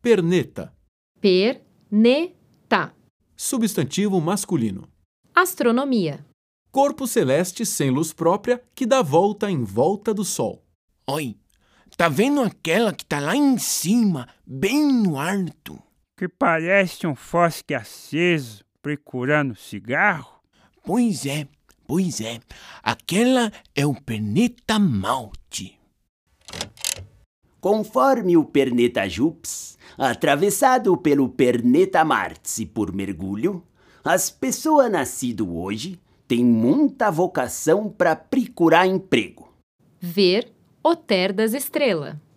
Perneta. Né, Perneta. Substantivo masculino. Astronomia. Corpo celeste sem luz própria que dá volta em volta do Sol. Oi, tá vendo aquela que tá lá em cima, bem no alto? que parece um fosque aceso procurando cigarro? Pois é, pois é. Aquela é o perneta malte. Conforme o Perneta Jups, atravessado pelo Perneta Martse por mergulho, as pessoas nascidas hoje têm muita vocação para procurar emprego. Ver o Ter das Estrelas.